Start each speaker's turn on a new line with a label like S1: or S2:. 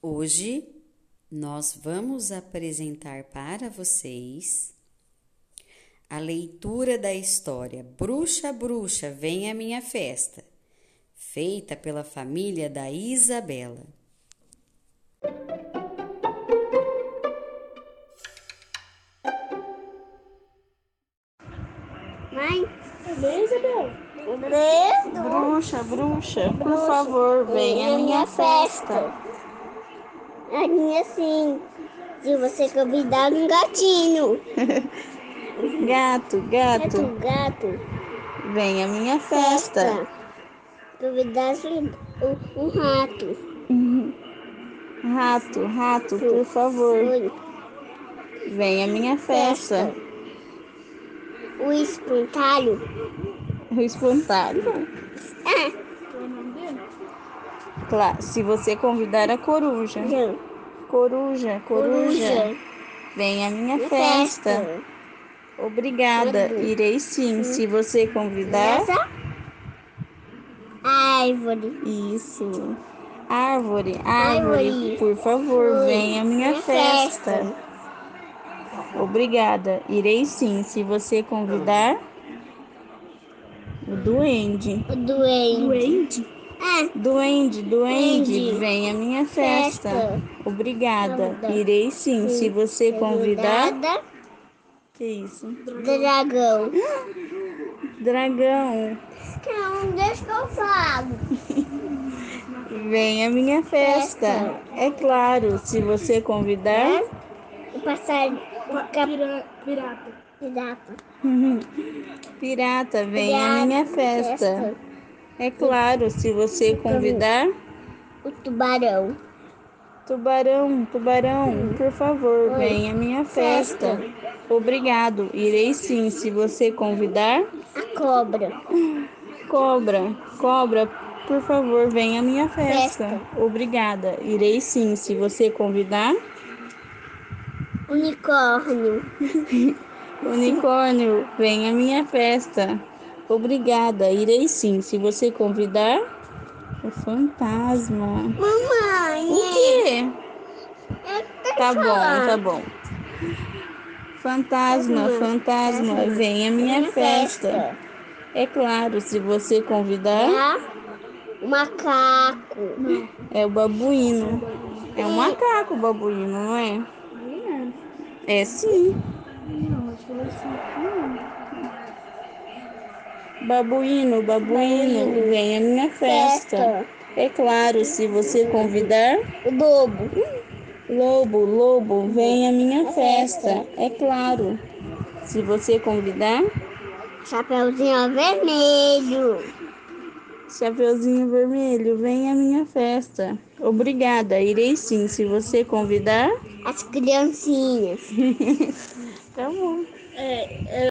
S1: Hoje nós vamos apresentar para vocês a leitura da história Bruxa, Bruxa, Vem à Minha Festa, feita pela família da Isabela.
S2: Mãe,
S3: Cadê, Isabel?
S2: Bruno,
S3: Bruxa, bruxa, por
S2: Bruxa,
S3: favor, venha à minha festa.
S2: Aninha assim, se você convidar um gatinho,
S3: Gato,
S2: gato,
S3: gato,
S2: gato,
S3: venha à minha festa.
S2: convidasse um, um- um rato,
S3: Rato, rato, por favor,
S2: Oi,
S3: venha à minha festa.
S2: o espantalho,
S3: O espantalho.
S2: ah,
S3: Claro, se você convidar a coruja.
S2: não,
S3: Coruja, coruja, venha à minha
S2: uma
S3: festa. Obrigada,
S2: Coruja.
S3: irei sim, se você convidar.
S2: Essa árvore,
S3: Isso. Árvore,
S2: Árvore.
S3: árvore, por favor,
S2: Oi,
S3: venha à minha festa. Obrigada. Irei sim, se você convidar. O duende.
S2: o doente, ah,
S3: Duende, É. duende,
S2: Duende.
S3: venha à minha festa.
S2: Festa.
S3: Obrigada.
S2: Convidar.
S3: Irei sim, se você convidar.
S2: convidada,
S3: Que isso?
S2: dragão.
S3: Dragão,
S2: Que é um descalçado.
S3: venha à minha festa. É claro, se você convidar.
S2: O passarinho. O cap... Pirata. Pirata.
S3: Pirata, venha à minha festa. É claro, se você convidar.
S2: O tubarão.
S3: Tubarão, tubarão, por favor,
S2: Oi.
S3: venha à minha festa. Obrigado, irei sim, se você convidar.
S2: A cobra.
S3: Cobra, cobra, por favor, venha à minha festa.
S2: Festa.
S3: Obrigada, irei sim, se você convidar.
S2: Unicórnio.
S3: Unicórnio, venha à minha festa. Obrigada, irei sim, se você convidar. O fantasma. O
S2: Mamãe.
S3: quê?
S2: Eu quero
S3: Tá bom,
S2: falar.
S3: tá bom. Fantasma, fantasma, vem à minha festa. É claro, se você convidar,
S2: Tá? O macaco.
S3: é o babuíno. É um macaco o babuíno, não é? É sim. Babuíno, babuíno, vem à minha festa. É claro, se você convidar,
S2: O lobo.
S3: lobo, lobo, vem à minha festa. É claro, se você convidar.
S2: Chapeuzinho vermelho.
S3: Chapeuzinho vermelho, vem à minha festa. Obrigada, irei sim, se você convidar.
S2: As criancinhas.
S3: Tá bom.